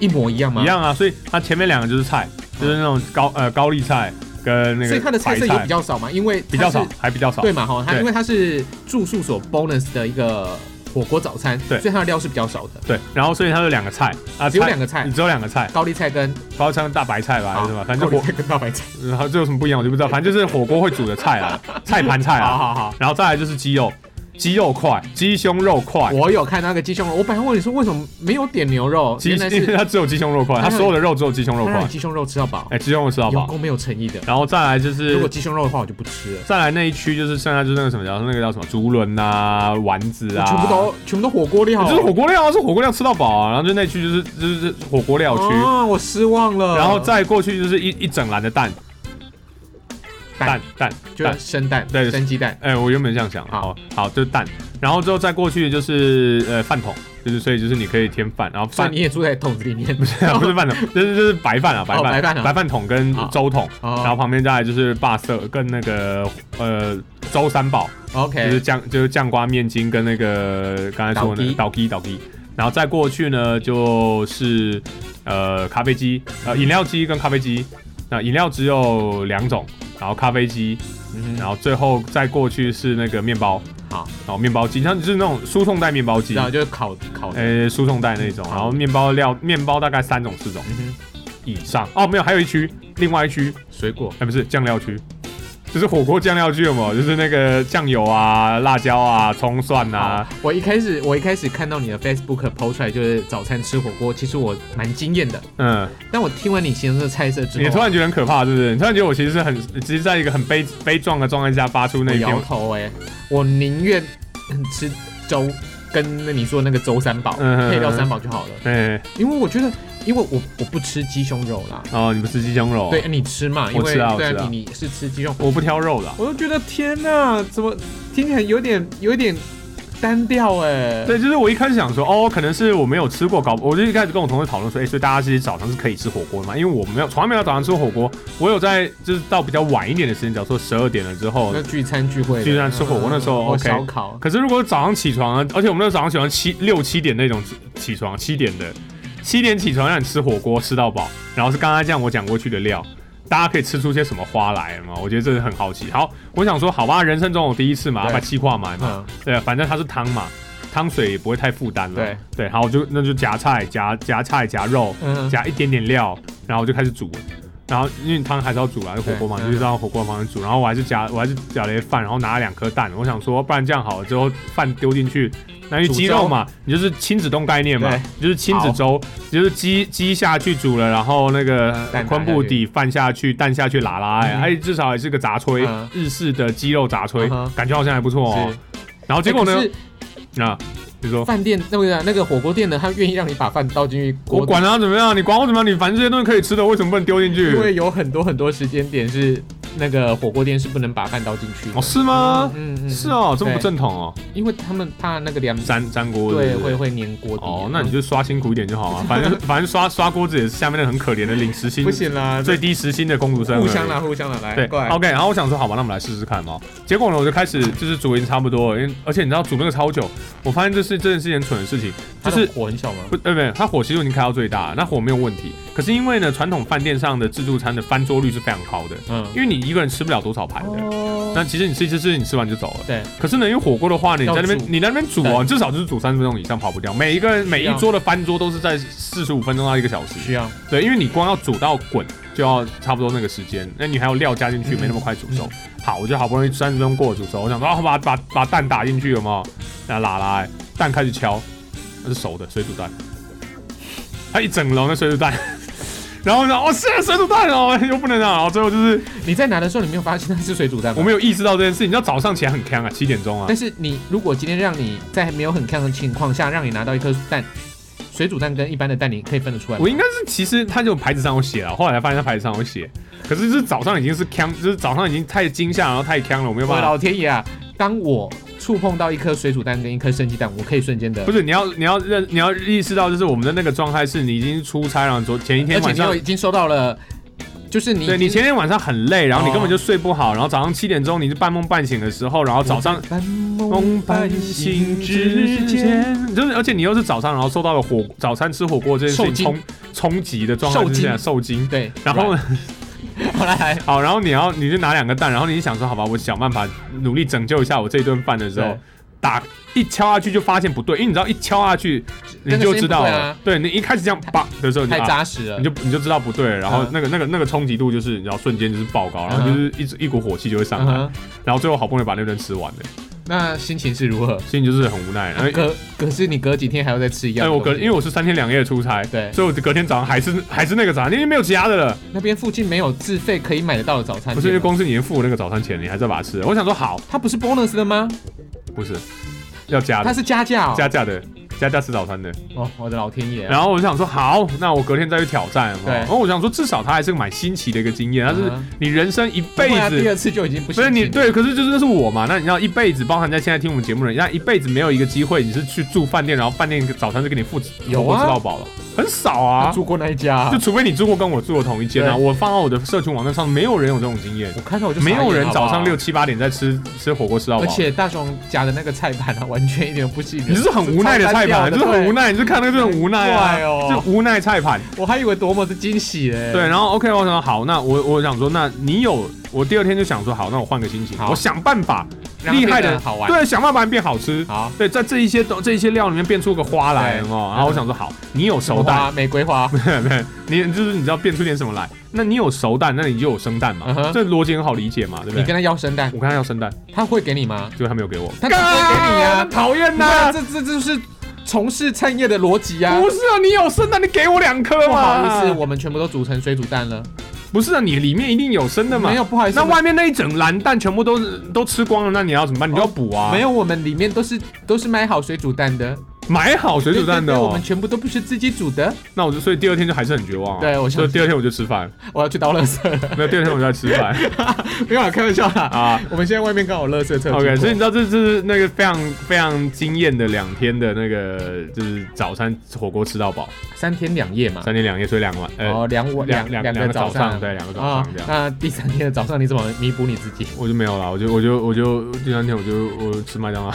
S3: 一模一样吗？
S1: 一。样啊，所以它前面两个就是菜，就是那种高呃高丽菜跟那
S3: 所
S1: 个
S3: 以它的菜
S1: 白
S3: 色也比
S1: 菜
S3: 较少嘛，因为
S1: 比较
S3: 它是
S1: 少，还比较少。
S3: 对嘛哈，它
S1: 对
S3: 因为它是住宿所 bonus 的一个火锅早餐，
S1: 对
S3: 所以它的料是比较少的，
S1: 对，然后所以它有两个菜啊，
S3: 只有两个菜啊
S1: 你，只有两个菜，
S3: 高丽菜跟
S1: 高像大白菜吧，还是什么？反正就
S3: 高丽
S1: 火
S3: 菜，跟大白菜，
S1: 然后这有什么不一样我就不知道，反正就是火锅会煮的菜 啦，菜盘菜
S3: 好
S1: 啊，
S3: 好好。
S1: 然后再来就是鸡肉，鸡肉块，鸡胸肉块，
S3: 我有看到那个鸡胸肉，我本来问你说为什么没有点牛肉，
S1: 鸡，
S3: 原来是
S1: 因 为它只有鸡胸肉块，它
S3: 它让你
S1: 所有的肉只有鸡胸肉
S3: 他让你
S1: 块，
S3: 鸡胸肉吃到饱，
S1: 哎，鸡胸肉吃到
S3: 有
S1: 饱，
S3: 够没有诚意的。
S1: 然后再来就
S3: 如果
S1: 是。
S3: 鸡胸肉的话，我就不吃了，
S1: 再来那一区就是剩下就是那个什么叫那个叫什么竹轮啊丸子
S3: 我
S1: 啊，
S3: 全部都全部都火锅料，
S1: 就是火锅料啊，是火锅料吃到饱啊，然后就那区就是就是火锅料区，
S3: 啊，我失望了。
S1: 然后再过去就是一一整篮的蛋蛋
S3: 蛋
S1: 蛋
S3: 就
S1: 蛋
S3: 是，生蛋，
S1: 对
S3: 生鸡蛋，
S1: 哎、我原本这样想，
S3: 好
S1: 好好就是蛋，然后之后再过去就是呃饭桶，就是所以就是你可以添饭，然后
S3: 所以
S1: 饭
S3: 你也住在桶子里面，不是
S1: 不是饭桶，就是就是白饭啊，白饭、
S3: 白饭啊
S1: 白饭桶跟
S3: 好
S1: 粥桶，然后
S3: 哦
S1: 旁边再来就是霸色跟那个呃粥三宝，就
S3: ，OK，
S1: 是酱就是酱瓜面筋跟那个刚才说的那个倒鸡倒鸡，然后再过去呢就是呃咖啡机，呃饮料机跟咖啡机，那饮料只有两种，然后咖啡机，
S3: 嗯
S1: 然
S3: 哼，
S1: 后最后再过去是那个面包，
S3: 好，
S1: 然后面包机，它就是那种输送带面包机
S3: 然，后就是烤烤的，
S1: 呃输送带那种，
S3: 嗯
S1: 然后面包料面包大概三种四种
S3: 嗯
S1: 以上，哦没有还有一区，另外一区
S3: 哼，水果
S1: 哎，不是酱料区，就是火锅酱料区有没有？就是那个酱油啊、辣椒啊、葱蒜啊
S3: 啊。！我一开始我一开始看到你的 Facebook p o 出来就是早餐吃火锅，其实我蛮惊艳的。
S1: 嗯，
S3: 但我听完你形容的菜色之后，
S1: 你突然觉得很可怕，是不是？你突然觉得我其实是很，其实在一个很悲悲壮的状态下发出那
S3: 我
S1: 一篇
S3: 摇，头哎、我宁愿嗯吃粥，跟你说那个粥三宝、
S1: 嗯
S3: 配料三宝就好了，
S1: 哎、
S3: 因为我觉得，因为我我不吃鸡胸肉啦，
S1: 哦，你们吃鸡胸肉？
S3: 对，哎你吃嘛，因
S1: 我
S3: 为
S1: 吃啊我
S3: 对
S1: 吃啊
S3: 你你是吃鸡胸，
S1: 我不挑肉的啊。
S3: 我就觉得天哪，怎么听起来有点有点单调哎、
S1: 对，就是我一开始想说，哦，可能是我没有吃过，搞不，我就一开始跟我同事讨论说，哎、所以大家其实早上是可以吃火锅的嘛，因为我没有从来没有早上吃过火锅，我有在就是到比较晚一点的时间，假如说十二点了之后
S3: 那，聚餐聚会的，
S1: 聚餐吃火锅那时候
S3: 哦
S1: OK
S3: 烧烤，
S1: 可是如果早上起床，而且我们那个早上喜欢七六七点那种起床，七点的，七点起床让你吃火锅吃到饱，然后是刚刚这样我讲过去的料，大家可以吃出些什么花来吗？我觉得这是很好奇。好，我想说，好吧，人生中有第一次嘛，
S3: 对
S1: 把气化买嘛，
S3: 嗯，
S1: 对，反正它是汤嘛，汤水也不会太负担了。
S3: 对
S1: 对，好，我就那就夹菜夹夹菜夹肉，
S3: 嗯
S1: 加一点点料，然后我就开始煮了。然后因为汤还是要煮啊，就火锅嘛，
S3: 对
S1: 就是让火锅旁边煮。然后我还是加，我还是加了一些饭，然后拿了两颗蛋。我想说，不然这样好了，之后饭丢进去，那因为
S3: 煮
S1: 鸡
S3: 粥
S1: 肉嘛，你就是亲子冻概念嘛
S3: 对，
S1: 你就是亲子粥，你就是鸡鸡下去煮了，然后那个
S3: 嗯蛋打
S1: 昆布底饭下去，蛋下去拉拉、哎、
S3: 嗯
S1: 哎，至少也是个杂炊，
S3: 嗯
S1: 日式的鸡肉杂炊，
S3: 嗯哼
S1: 感觉好像还不错哦
S3: 是。
S1: 然后结果呢
S3: 哎可？是
S1: 啊，你说。
S3: 饭店那个那个火锅店的，他愿意让你把饭倒进去锅
S1: 我管他怎么样，你管我怎么样，你反正这些东西可以吃的，为什么不能丢进去？
S3: 因为有很多很多时间点是那个火锅店是不能把饭倒进去的
S1: 哦，。是吗？
S3: 嗯嗯
S1: 是，哦，这么
S3: 对
S1: 不正统哦，
S3: 因为他们怕那个凉，
S1: 粘粘锅子
S3: 对，会。会粘锅底。
S1: 哦，那你就刷辛苦一点就好啊，反 正反正刷刷锅子也是下面那个很可怜的领时薪
S3: 嗯不，行啦，
S1: 最低时薪的工读生而已。
S3: 互相啦，互相啦，来，
S1: 对哦
S3: 过来，
S1: ，OK，然后我想说，好吧，那我们来试试看嘛。结果呢，我就开始就是煮已经差不多了，因为而且你知道煮那个超久，我发现这是这件事情很蠢的事情，
S3: 它
S1: 就
S3: 的
S1: 是
S3: 火很小吗？
S1: 不，呃，不对，它火其实已经开到最大了，那火没有问题。可是因为呢，传统饭店上的自助餐的翻桌率是非常高的，
S3: 嗯，
S1: 因为你一个人吃不了多少盘的。
S3: 哦，
S1: 那其实你吃一吃吃，你吃完就走了。
S3: 对，
S1: 可是呢，因为火锅的话呢，你
S3: 要
S1: 在那边
S3: 煮啊
S1: 你在那边煮哦，至少就是煮三十分钟以上跑不掉。每一个人每
S3: 需
S1: 一
S3: 要
S1: 桌的翻桌都是在四十五分钟到一个小
S3: 需
S1: 时。
S3: 要
S1: 对，因为你光要煮到滚就要差不多那个时间，那你还有料加进去，
S3: 嗯
S1: 没那么快煮熟。好，我就好不容易三十分钟过了煮熟，我想说啊，把把把蛋打进去有没有？那拉拉、欸蛋开始敲，那是熟的水煮蛋，它一整笼的水煮蛋。 然后呢，哦，是水煮蛋哦，又不能啊，然后最后就是
S3: 你在拿的时候，你没有发现它是水煮蛋吗？
S1: 我没有意识到这件事，你知道早上起来很坑啊，七点钟啊，
S3: 但是你如果今天让你在没有很看的情况下，让你拿到一颗蛋，水煮蛋跟一般的蛋你可以分得出来吗
S1: 我？应该是其实它就牌子上有写了，后来才发现它牌子上有写。可是就是早上已经是呛，就是早上已经太惊吓，然后太呛了，我没有
S3: 我
S1: 办
S3: 的
S1: 法。
S3: 老天爷啊！当我触碰到一颗水煮蛋跟一颗生鸡蛋，我可以瞬间的
S1: 不，是你要你要认你要意识到，就是我们的那个状态是你已经出差了，昨前一
S3: 而
S1: 天
S3: 且
S1: 晚
S3: 你又
S1: 上
S3: 已，经收到了，就是你
S1: 对你
S3: 已经
S1: 前天晚上很累，然后你
S3: 哦
S1: 根本就睡不好，然后早上七点钟你是半梦半醒的时候，然后早上
S3: 半梦
S1: 梦半醒之间，就是而且你又是早上，然后受到了火早餐吃火锅这件事
S3: 受
S1: 情
S3: 惊
S1: 冲冲击的状态之下受惊，
S3: 对，
S1: 然后呢
S3: 后来
S1: 好，然后你要你就拿两个蛋，然后你想说好吧，我想办法努力拯救一下我这顿饭的时候
S3: 对，
S1: 打一敲下去就发现不对，因为你知道一敲下去你
S3: 那个
S1: 就
S3: 声音
S1: 知道
S3: 不对
S1: 了，
S3: 啊
S1: 对你一开始这样叭的时候你就
S3: 太
S1: 啊
S3: 扎实了
S1: 你，就你就知道不对了，然后
S3: 嗯
S1: 那个、那个那个冲击度就是，然后瞬间就是爆高，然后
S3: 嗯
S1: 就是一直一股火气就会上
S3: 嗯
S1: 来，
S3: 哼，啊
S1: 然后最后好不容易把那顿吃完了，
S3: 那心情是如何？
S1: 所以你就是很无奈。然后
S3: 隔可是你隔几天还要再吃一样
S1: 哎，
S3: 的
S1: 我
S3: 东西？
S1: 隔因为我是三天两夜出差，
S3: 对
S1: 所以我隔天早上还是还是那个早餐，因为没有其他的了，
S3: 那边附近没有自费可以买得到的早餐店吗，啊
S1: 不是因为光是你已经付我那个早餐钱，你还是要把它吃了。我想说好，
S3: 它不是 bonus 的吗？
S1: 不是要加
S3: 它
S1: 的，
S3: 是加价哦。
S1: 啊加价的，加价吃早餐的。
S3: 哦，我的老天爷啊！
S1: 然后我就想说好，那我隔天再去挑战。有没有
S3: 对
S1: 然后我想说至少它还是个蛮新奇的一个经验，它是
S3: 嗯
S1: 你人生一
S3: 不
S1: 辈
S3: 会啊
S1: 子
S3: 第二次就已经不
S1: 所以
S3: 行。
S1: 你对，可是就是那是我嘛，那你要一辈子，包含在现在听我们节目的人，那一辈子没有一个机会，你是去住饭店，然后饭店早餐就给你付，
S3: 有啊
S1: 付吃到饱了，很少啊，
S3: 住过那一家啊
S1: 就，除非你住过跟我住过同一间啊，
S3: 对
S1: 我放到我的社群网站上，没有人有这种经验，
S3: 我看到我就
S1: 没有
S3: 傻眼
S1: 人
S3: 好不好
S1: 早上六七八点在吃吃火锅吃到饱啊
S3: 而，且大雄夹的那个菜盘啊，完全一点不吸引人。
S1: 你就是很无奈的菜盘，就是很无
S3: 奈。
S1: 奈，你就看那个就很无奈
S3: 很怪
S1: 啊，
S3: 哦
S1: 就无奈菜盘。
S3: 对我还以为多么的惊喜嘞。
S1: 对，，然后 OK，我想好，那我我想说，那你有，我第二天就想说，好，那我换个心情，
S3: 好
S1: 我想办法，
S3: 让它
S1: 厉害
S3: 变
S1: 的
S3: 得好玩
S1: 对，想办法变好吃。
S3: 好，
S1: 对，在这一些东这一些料里面变出个花来
S3: 对
S1: 哦，然后我想说好，你有熟蛋，
S3: 花，玫瑰花，
S1: 你就是你知道变出点什么来，那你有熟蛋，那你就有生蛋嘛
S3: 嗯，哼
S1: 这逻辑很好理解嘛，对不
S3: 你
S1: 对？
S3: 跟他要生蛋，
S1: 我刚才要生蛋，
S3: 他会给你吗？
S1: 结果他没有给我，
S3: 他只会给你啊
S1: 干讨厌
S3: 那
S1: 呐！
S3: 这这这就是从事餐业的逻辑啊。
S1: 不是啊，你有生蛋，你给我两颗
S3: 不好
S1: 嘛。
S3: 意思，我们全部都煮成水煮蛋了。
S1: 不是啊，你里面一定有生的嘛。
S3: 没有，不好意思，
S1: 那外面那一整篮蛋全部都是都吃光了，那你要怎么办？你就要补啊。
S3: 哦没有，我们里面都是都是买好水煮蛋的，
S1: 买好水煮蛋的
S3: 对对对我
S1: 哦
S3: 们。全部都不是自己煮的。
S1: 那我就所以第二天就还是很绝望啊。
S3: 对我相
S1: 所以
S3: 信
S1: 第二天我就吃 饭，
S3: 我要去倒垃 圾了，
S1: 没有第二天我就在吃饭
S3: 没 有啊，开玩笑啦。
S1: 啊。
S3: 我们现在外面刚好垃圾车经过。
S1: OK，所以你知道这这是那个非常非常惊艳的两天的那个就是早餐火锅吃到饱，
S3: 三天两夜嘛，
S1: 三天两夜睡两晚，呃，
S3: 啊哦，两晚
S1: 两
S3: 两
S1: 两两个
S3: 个
S1: 早上
S3: 上，
S1: 对，两个早
S3: 啊
S1: 上这，样。
S3: 那第三天的早上你怎么弥补你自己？
S1: 我就没有了，我就我就我就第三天我就我吃麦当 劳，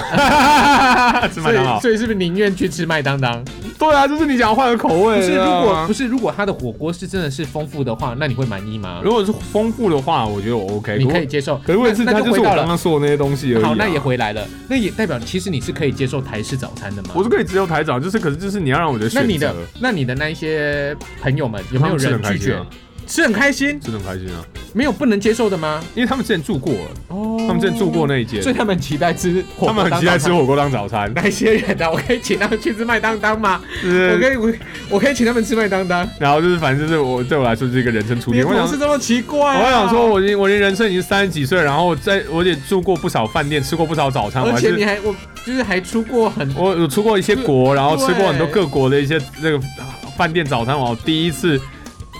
S1: 吃麦
S3: 所
S1: 当劳
S3: 以，。所以是不是宁愿去吃麦当当？
S1: 对啊，就是你想要换个口味。
S3: 不是，
S1: 你知
S3: 如
S1: 道
S3: 果
S1: 吗
S3: 不是如果它的火锅是真的是丰富的话，那你会满意吗？
S1: 如果是丰富的话，我觉得我 OK。
S3: 你可以
S1: 如果，
S3: 接受，
S1: 可是问题是
S3: 那
S1: 它
S3: 那
S1: 就
S3: 回
S1: 是我
S3: 到
S1: 刚
S3: 了。
S1: 刚说的那些东西而已啊。
S3: 好，那也回来了，那也代表其实你是可以接受台式早餐的吗？
S1: 我是可以只有台长，就是可是就是你要让我的选择
S3: 那你的那你的那一些朋友们有没有
S1: 他
S3: 人
S1: 们
S3: 拒
S1: 吃得很开心
S3: 绝
S1: 啊？
S3: 是很开心，
S1: 真的很开心啊，
S3: 没有不能接受的吗？
S1: 因为他们之前住过了，
S3: 哦，
S1: 他们之前住过，那一间
S3: 所，以他们期待吃火锅。
S1: 他们很期待吃。火锅当早 餐。
S3: 那些人啊，我可以请他们去吃麦当当吗？我
S1: 是
S3: 可以，我我可以请他们吃麦当当。
S1: 然后就是反正就是我对我来说是一个人生初
S3: 你
S1: 恋。
S3: 的
S1: 我
S3: 同
S1: 想，
S3: 事这么奇怪、啊，
S1: 我想说，，我已经我已经人生已经三十几岁，然后我在我也住过不少饭店，吃过不少早餐，我
S3: 而
S1: 还
S3: 且你
S1: 是。
S3: 还我就是还出过很
S1: 我有出过一些国，然后吃过很多
S3: 对
S1: 各国的一些那个啊饭店早餐，我第一次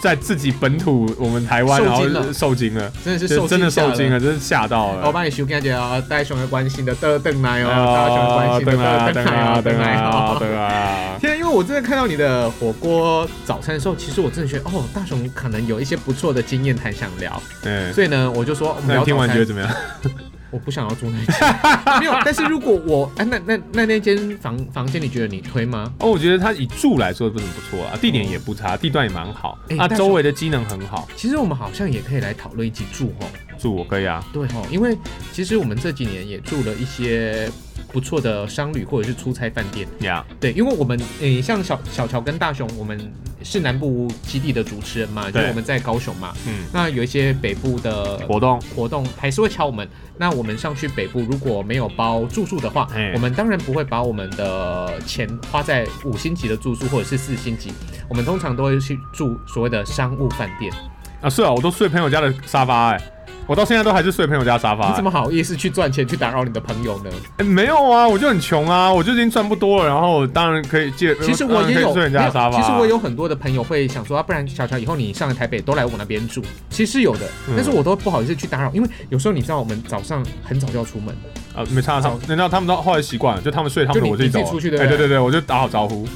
S1: 在自己本土我们台湾，然
S3: 受
S1: 后
S3: 惊了
S1: 受惊了，
S3: 真的是
S1: 就
S3: 受
S1: 真的受惊啊
S3: 惊了。
S1: 了，真是吓到
S3: 我
S1: 了。
S3: 帮你修改一下啊，带熊的关心的的邓奶哦，大熊的关
S1: 啊
S3: 心的
S1: 等啊
S3: 的
S1: 等
S3: 邓 奶
S1: 啊
S3: 哦，
S1: 等
S3: 邓奶
S1: 啊
S3: 哦。
S1: 等啊！
S3: 天啊，因为我真的看到你的火锅早餐的时候，其实我真的觉得哦，大雄可能有一些不错的经验，很想聊，
S1: 嗯，
S3: 所以呢，我就说我们
S1: 那
S3: 聊
S1: 你听完
S3: 早
S1: 觉得
S3: 餐
S1: 怎么 样？
S3: 我不想要住那间， 没有。但是如果我哎、那那那那间房房间，你觉得你推吗？
S1: 哦，我觉得它以住来说不怎么不错啊，地点也不差，地段也蛮好，
S3: 哎
S1: 啊，
S3: 但是
S1: 周围的机能很好，
S3: 其实我们好像也可以来讨论一起住哦，
S1: 住我可以啊。
S3: 对哦，因为其实我们这几年也住了一些不错的商旅或者是出差饭店，
S1: 呀，
S3: 对，因为我们诶、像小小乔跟大雄，我们是南部基地的主持人嘛，就
S1: 对
S3: 我们在高雄嘛，
S1: 嗯，
S3: 那有一些北部的
S1: 活动
S3: 活动还是会敲我们。那我们上去北部如果没有包住宿的话
S1: 嘿，
S3: 我们当然不会把我们的钱花在五星级的住宿或者是四星级，我们通常都会去住所谓的商务饭店。
S1: 啊，是啊，我都睡朋友家的沙发哎，我到现在都还是睡朋友家沙发、
S3: 你怎么好意思去赚钱去打扰你的朋友呢？
S1: 哎没有啊，我就很穷啊，我就已经赚不多了，然后当然可以借。
S3: 其实
S1: 当
S3: 我
S1: 然啊
S3: 也
S1: 可以
S3: 有，
S1: 睡人家的沙发、
S3: 其实我。有很多的朋友会想说，啊、不然小乔以后你上了台北都来我那边住，其实是有的，
S1: 嗯
S3: 但是我都不好意思去打扰，因为有时候你知道我们早上很早就要出门，
S1: 啊，没差，他们，难道他们到后来习惯了，就他们睡他们
S3: 就
S1: 的，
S3: 你
S1: 我自己走
S3: 你
S1: 了。
S3: 自己出去对不
S1: 哎，
S3: 对
S1: 对对对，我就打好招呼。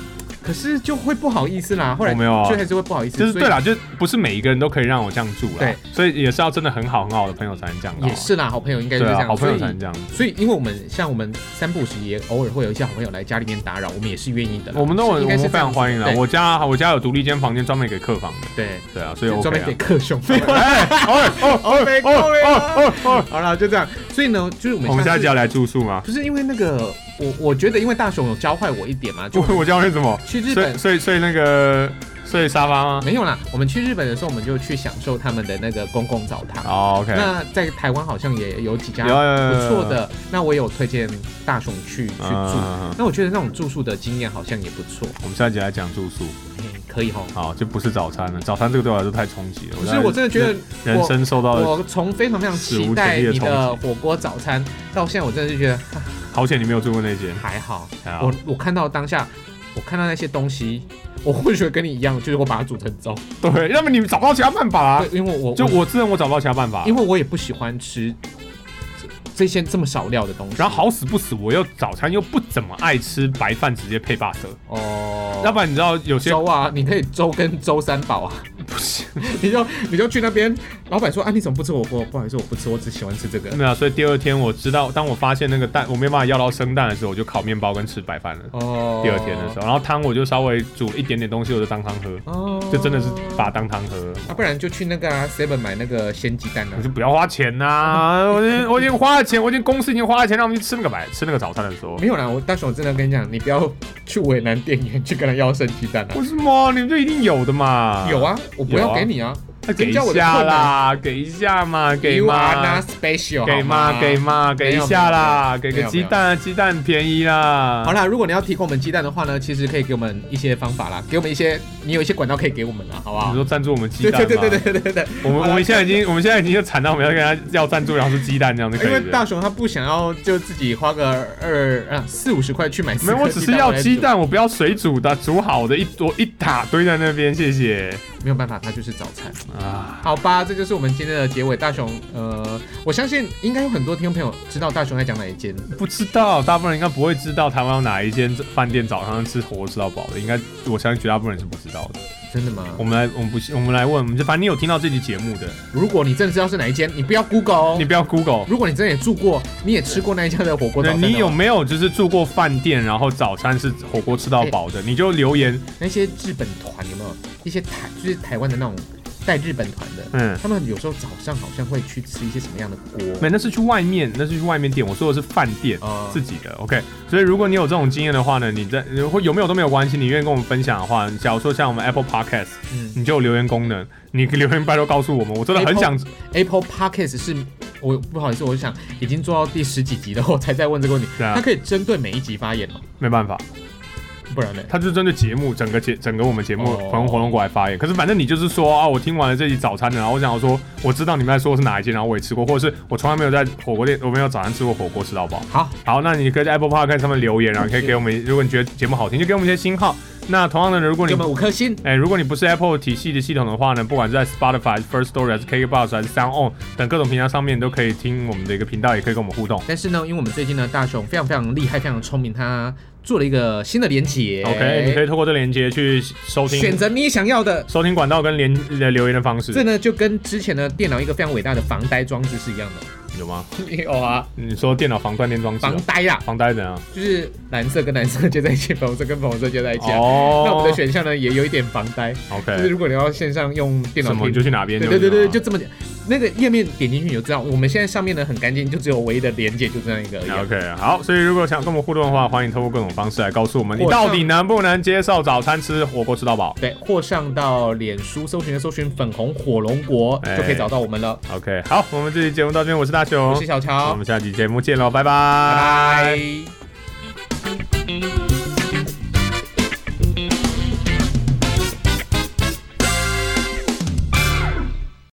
S3: 可是就会不好意思啦，后来
S1: 我没有啊
S3: 就还是会不好意思，
S1: 就是
S3: 所以
S1: 对啦，就是不是每一个人都可以让我这样住啦。
S3: 对，
S1: 所以也是要真的很好很好的朋友才能这样。啊
S3: 也，是啦，好朋友应该就是
S1: 对
S3: 这
S1: 啊，
S3: 样，
S1: 好朋友才
S3: 所以
S1: 能这样。
S3: 所以，因为我们像我们三不五时也偶尔会有一些好朋友来家里面打扰，我们也是愿意的啦。
S1: 我们都很
S3: 啊应
S1: 我
S3: 该
S1: 们
S3: 是
S1: 非
S3: 这样
S1: 常
S3: 子
S1: 欢迎啦。
S3: 对
S1: 我家我家有独立间房间专门给客房的，
S3: 对，
S1: 对啊，所以
S3: 就
S1: OK
S3: 专门给
S1: 啊。
S3: 克兄。
S1: 哎，哦哦哦哦哦
S3: 好了，就这样。所以呢，就是我们
S1: 我们下一
S3: 次
S1: 集要来住宿吗？
S3: 不是因为那个，我我觉得因为大雄有教坏我一点嘛，就
S1: 我我教你什么？
S3: 去日
S1: 睡
S3: 本
S1: 睡睡那个睡沙发吗？
S3: 没有啦。我们去日本的时候，我们就去享受他们的那个公共澡堂。
S1: 哦，OK，
S3: 那在台湾好像也有几家
S1: 有有有
S3: 不
S1: 有
S3: 错的，那我也有推荐大雄去去住。
S1: 嗯
S3: 那我觉得那种住宿的经验好像也不错，
S1: 我们下一集来讲住宿，
S3: 嗯可以吼。
S1: 好，就不是早餐了，早餐这个对我来说太冲击了。
S3: 可是我真的觉得
S1: 人生受到的，
S3: 我从非常非常期待你的火锅早餐，到现在我真的是觉得哈
S1: 好险你没有住过那间，
S3: 还好。
S1: 还好
S3: 我我看到当下，我看到那些东西，我或许会跟你一样，就是我把它煮成粥。
S1: 对，要么你找不到其他办法啊。
S3: 对，因为我
S1: 就我自认我找不到其他办法啊
S3: 因，为我也不喜欢吃这这些这么少料的东西。
S1: 然后好死不死我又早餐又不怎么爱吃白饭，直接配巴蛇。
S3: 哦，
S1: 要不然你知道有些
S3: 粥啊，你可以粥跟粥三宝啊，
S1: 不是
S3: 你就你就去那边，老板说啊，你怎么不吃火锅？不好意思，我不吃，我只喜欢吃这个。
S1: 没有啊，所以第二天我知道，当我发现那个蛋我没有办法要到生蛋的时候，我就烤面包跟吃白饭了。
S3: 哦，
S1: 第二天的时候，然后汤我就稍微煮了一点点东西，我就当汤喝，
S3: 候，哦
S1: 就真的是把它当汤喝。
S3: 啊，不然就去那个啊 Seven 买那个鲜鸡蛋啊
S1: 我。就不要花钱呐、 我已经我已经花了钱，我已经公司已经花了钱，让我们去吃那个白吃那个早餐的时候，
S3: 没有啦，我但是我真的跟你讲，你不要去为难店员去跟他要生鸡蛋啊。
S1: 为什么你们就一定有的嘛？
S3: 有，啊，我不
S1: 有
S3: 要
S1: 啊
S3: 给你啊。
S1: 那给一
S3: 增加我的
S1: 下
S3: 困
S1: 啦，给一下嘛，给
S3: You are
S1: 嘛
S3: not，special
S1: 给
S3: 好
S1: 嘛
S3: 吗
S1: 给嘛，给一下啦，给个鸡蛋，鸡蛋便宜啦。
S3: 好啦，如果你要提供我们鸡蛋的话呢，其实可以给我们一些方法啦，给我们一些，你有一些管道可以给我们啊啦，好不
S1: 你
S3: 好？
S1: 说赞助我们鸡
S3: 对
S1: 蛋
S3: 对
S1: 吗？
S3: 对对对对对对，
S1: 我们
S3: 好啦
S1: 我们现在已经我们现在已经就惨到我们要跟他要赞助，然后是鸡蛋这样子可
S3: 因
S1: 以
S3: 为大
S1: 的。
S3: 雄他不想要就自己花个二啊四五十块去买四
S1: 没
S3: 颗
S1: 有，我只是要鸡蛋，我不要水煮的，煮好的一我一塔堆在那边，谢谢
S3: 回来煮，没有办法，它就是早餐。
S1: 啊。
S3: 好吧，这就是我们今天的结尾。大雄，呃，我相信应该有很多听众朋友知道大雄在讲哪一间，
S1: 不知道，大部分人应该不会知道台湾有哪一间饭店早上吃火锅吃到饱的，应该我相信绝大部分人是不知道的。
S3: 真的吗
S1: 我？们来，我们不信，我们来问，我们就反正你有听到这期节目的，
S3: 如果你真的知道是哪一间，你不要 Google 哦
S1: 你不要 Google。
S3: 如果你真的也住过，你也吃过那一家的火锅早
S1: 那
S3: 餐的话，
S1: 你有没有就是住过饭店，然后早餐是火锅吃到饱的？你就留言，
S3: 那些日本团有没有一些台就是台湾的那种带日本团的，
S1: 嗯，
S3: 他们有时候早上好像会去吃一些什么样的锅？
S1: 没，那是去外面，那是去外面店。我说的是饭店
S3: 啊
S1: 自己的，OK。所以如果你有这种经验的话呢，你在或有没有都没有关系，你愿意跟我们分享的话，假如说像我们 Apple Podcast，
S3: 嗯
S1: 你就有留言功能，你留言拜托告诉我们，我真的很想，
S3: ，Apple Podcast 是我不好意思，我就想已经做到第十几集了，我才在问这个问题。
S1: 对啊
S3: 它可以针对每一集发言哦，
S1: 没办法，
S3: 不然呢？
S1: 他就针对节目整个节整个我们节目
S3: 哦
S1: 粉红火龙果来发言。可是反正你就是说啊，我听完了这集早餐的，然后我想说，我知道你们在说的是哪一间，然后我也吃过，或者是我从来没有在火锅店，我没有早餐吃过火锅吃到饱。
S3: 好，
S1: 好，那你可以在 Apple Podcast 上面留言，然后可以给我们，如果你觉得节目好听，就给我们一些星号。那同样的，如果
S3: 给
S1: 你
S3: 我们五颗星。
S1: 哎、如果你不是 Apple 体系的系统的话呢，不管是在 Spotify、还是 First Story 还是 KKBox 还是 Sound On 等各种平台上面，你都可以听我们的一个频道，也可以跟我们互动。
S3: 但是呢，因为我们最近呢，大雄非常非常厉害，非常聪明，他做了一个新的连结
S1: OK，你可以透过这连接去收听
S3: 选择你想要的。
S1: 收听管道跟连呃留言的方
S3: 这
S1: 式，
S3: 呢就跟之前的电脑一个非常伟大的防呆装置是一样的。
S1: 有吗？
S3: 有啊，
S1: 你说电脑防断电装置、
S3: 防
S1: 哦，
S3: 呆啊啦，
S1: 防呆怎样？
S3: 就是蓝色跟蓝色接在一起，粉红色跟粉红色接在一起啊。
S1: 哦
S3: 那我们的选项呢也有一点防呆，就是
S1: ，OK，
S3: 如果你要线上用电脑
S1: 什么
S3: 听
S1: 你就。去哪边？
S3: 对对对对，
S1: 是
S3: 就这么点。那个页面点进去你就知道，我们现在上面呢很干净，就只有唯一的连接就这样一个而已
S1: 嘛
S3: 啊。
S1: 哎 OK，好，所以如果想跟我们互动的话，欢迎透过各种方式来告诉我们，你
S3: 我
S1: 到
S3: 上
S1: 底能不能接受早餐吃火锅吃到饱
S3: 对，或上到脸书搜寻搜寻粉红火龙果，
S1: 哎
S3: 就可以找到我们了。
S1: ？OK，好，我们这期节目到这边，我是大
S3: 我
S1: 雄
S3: 是，小
S1: 我
S3: 乔，
S1: 们下期节目见喽，拜
S3: 拜
S1: 拜
S3: 拜。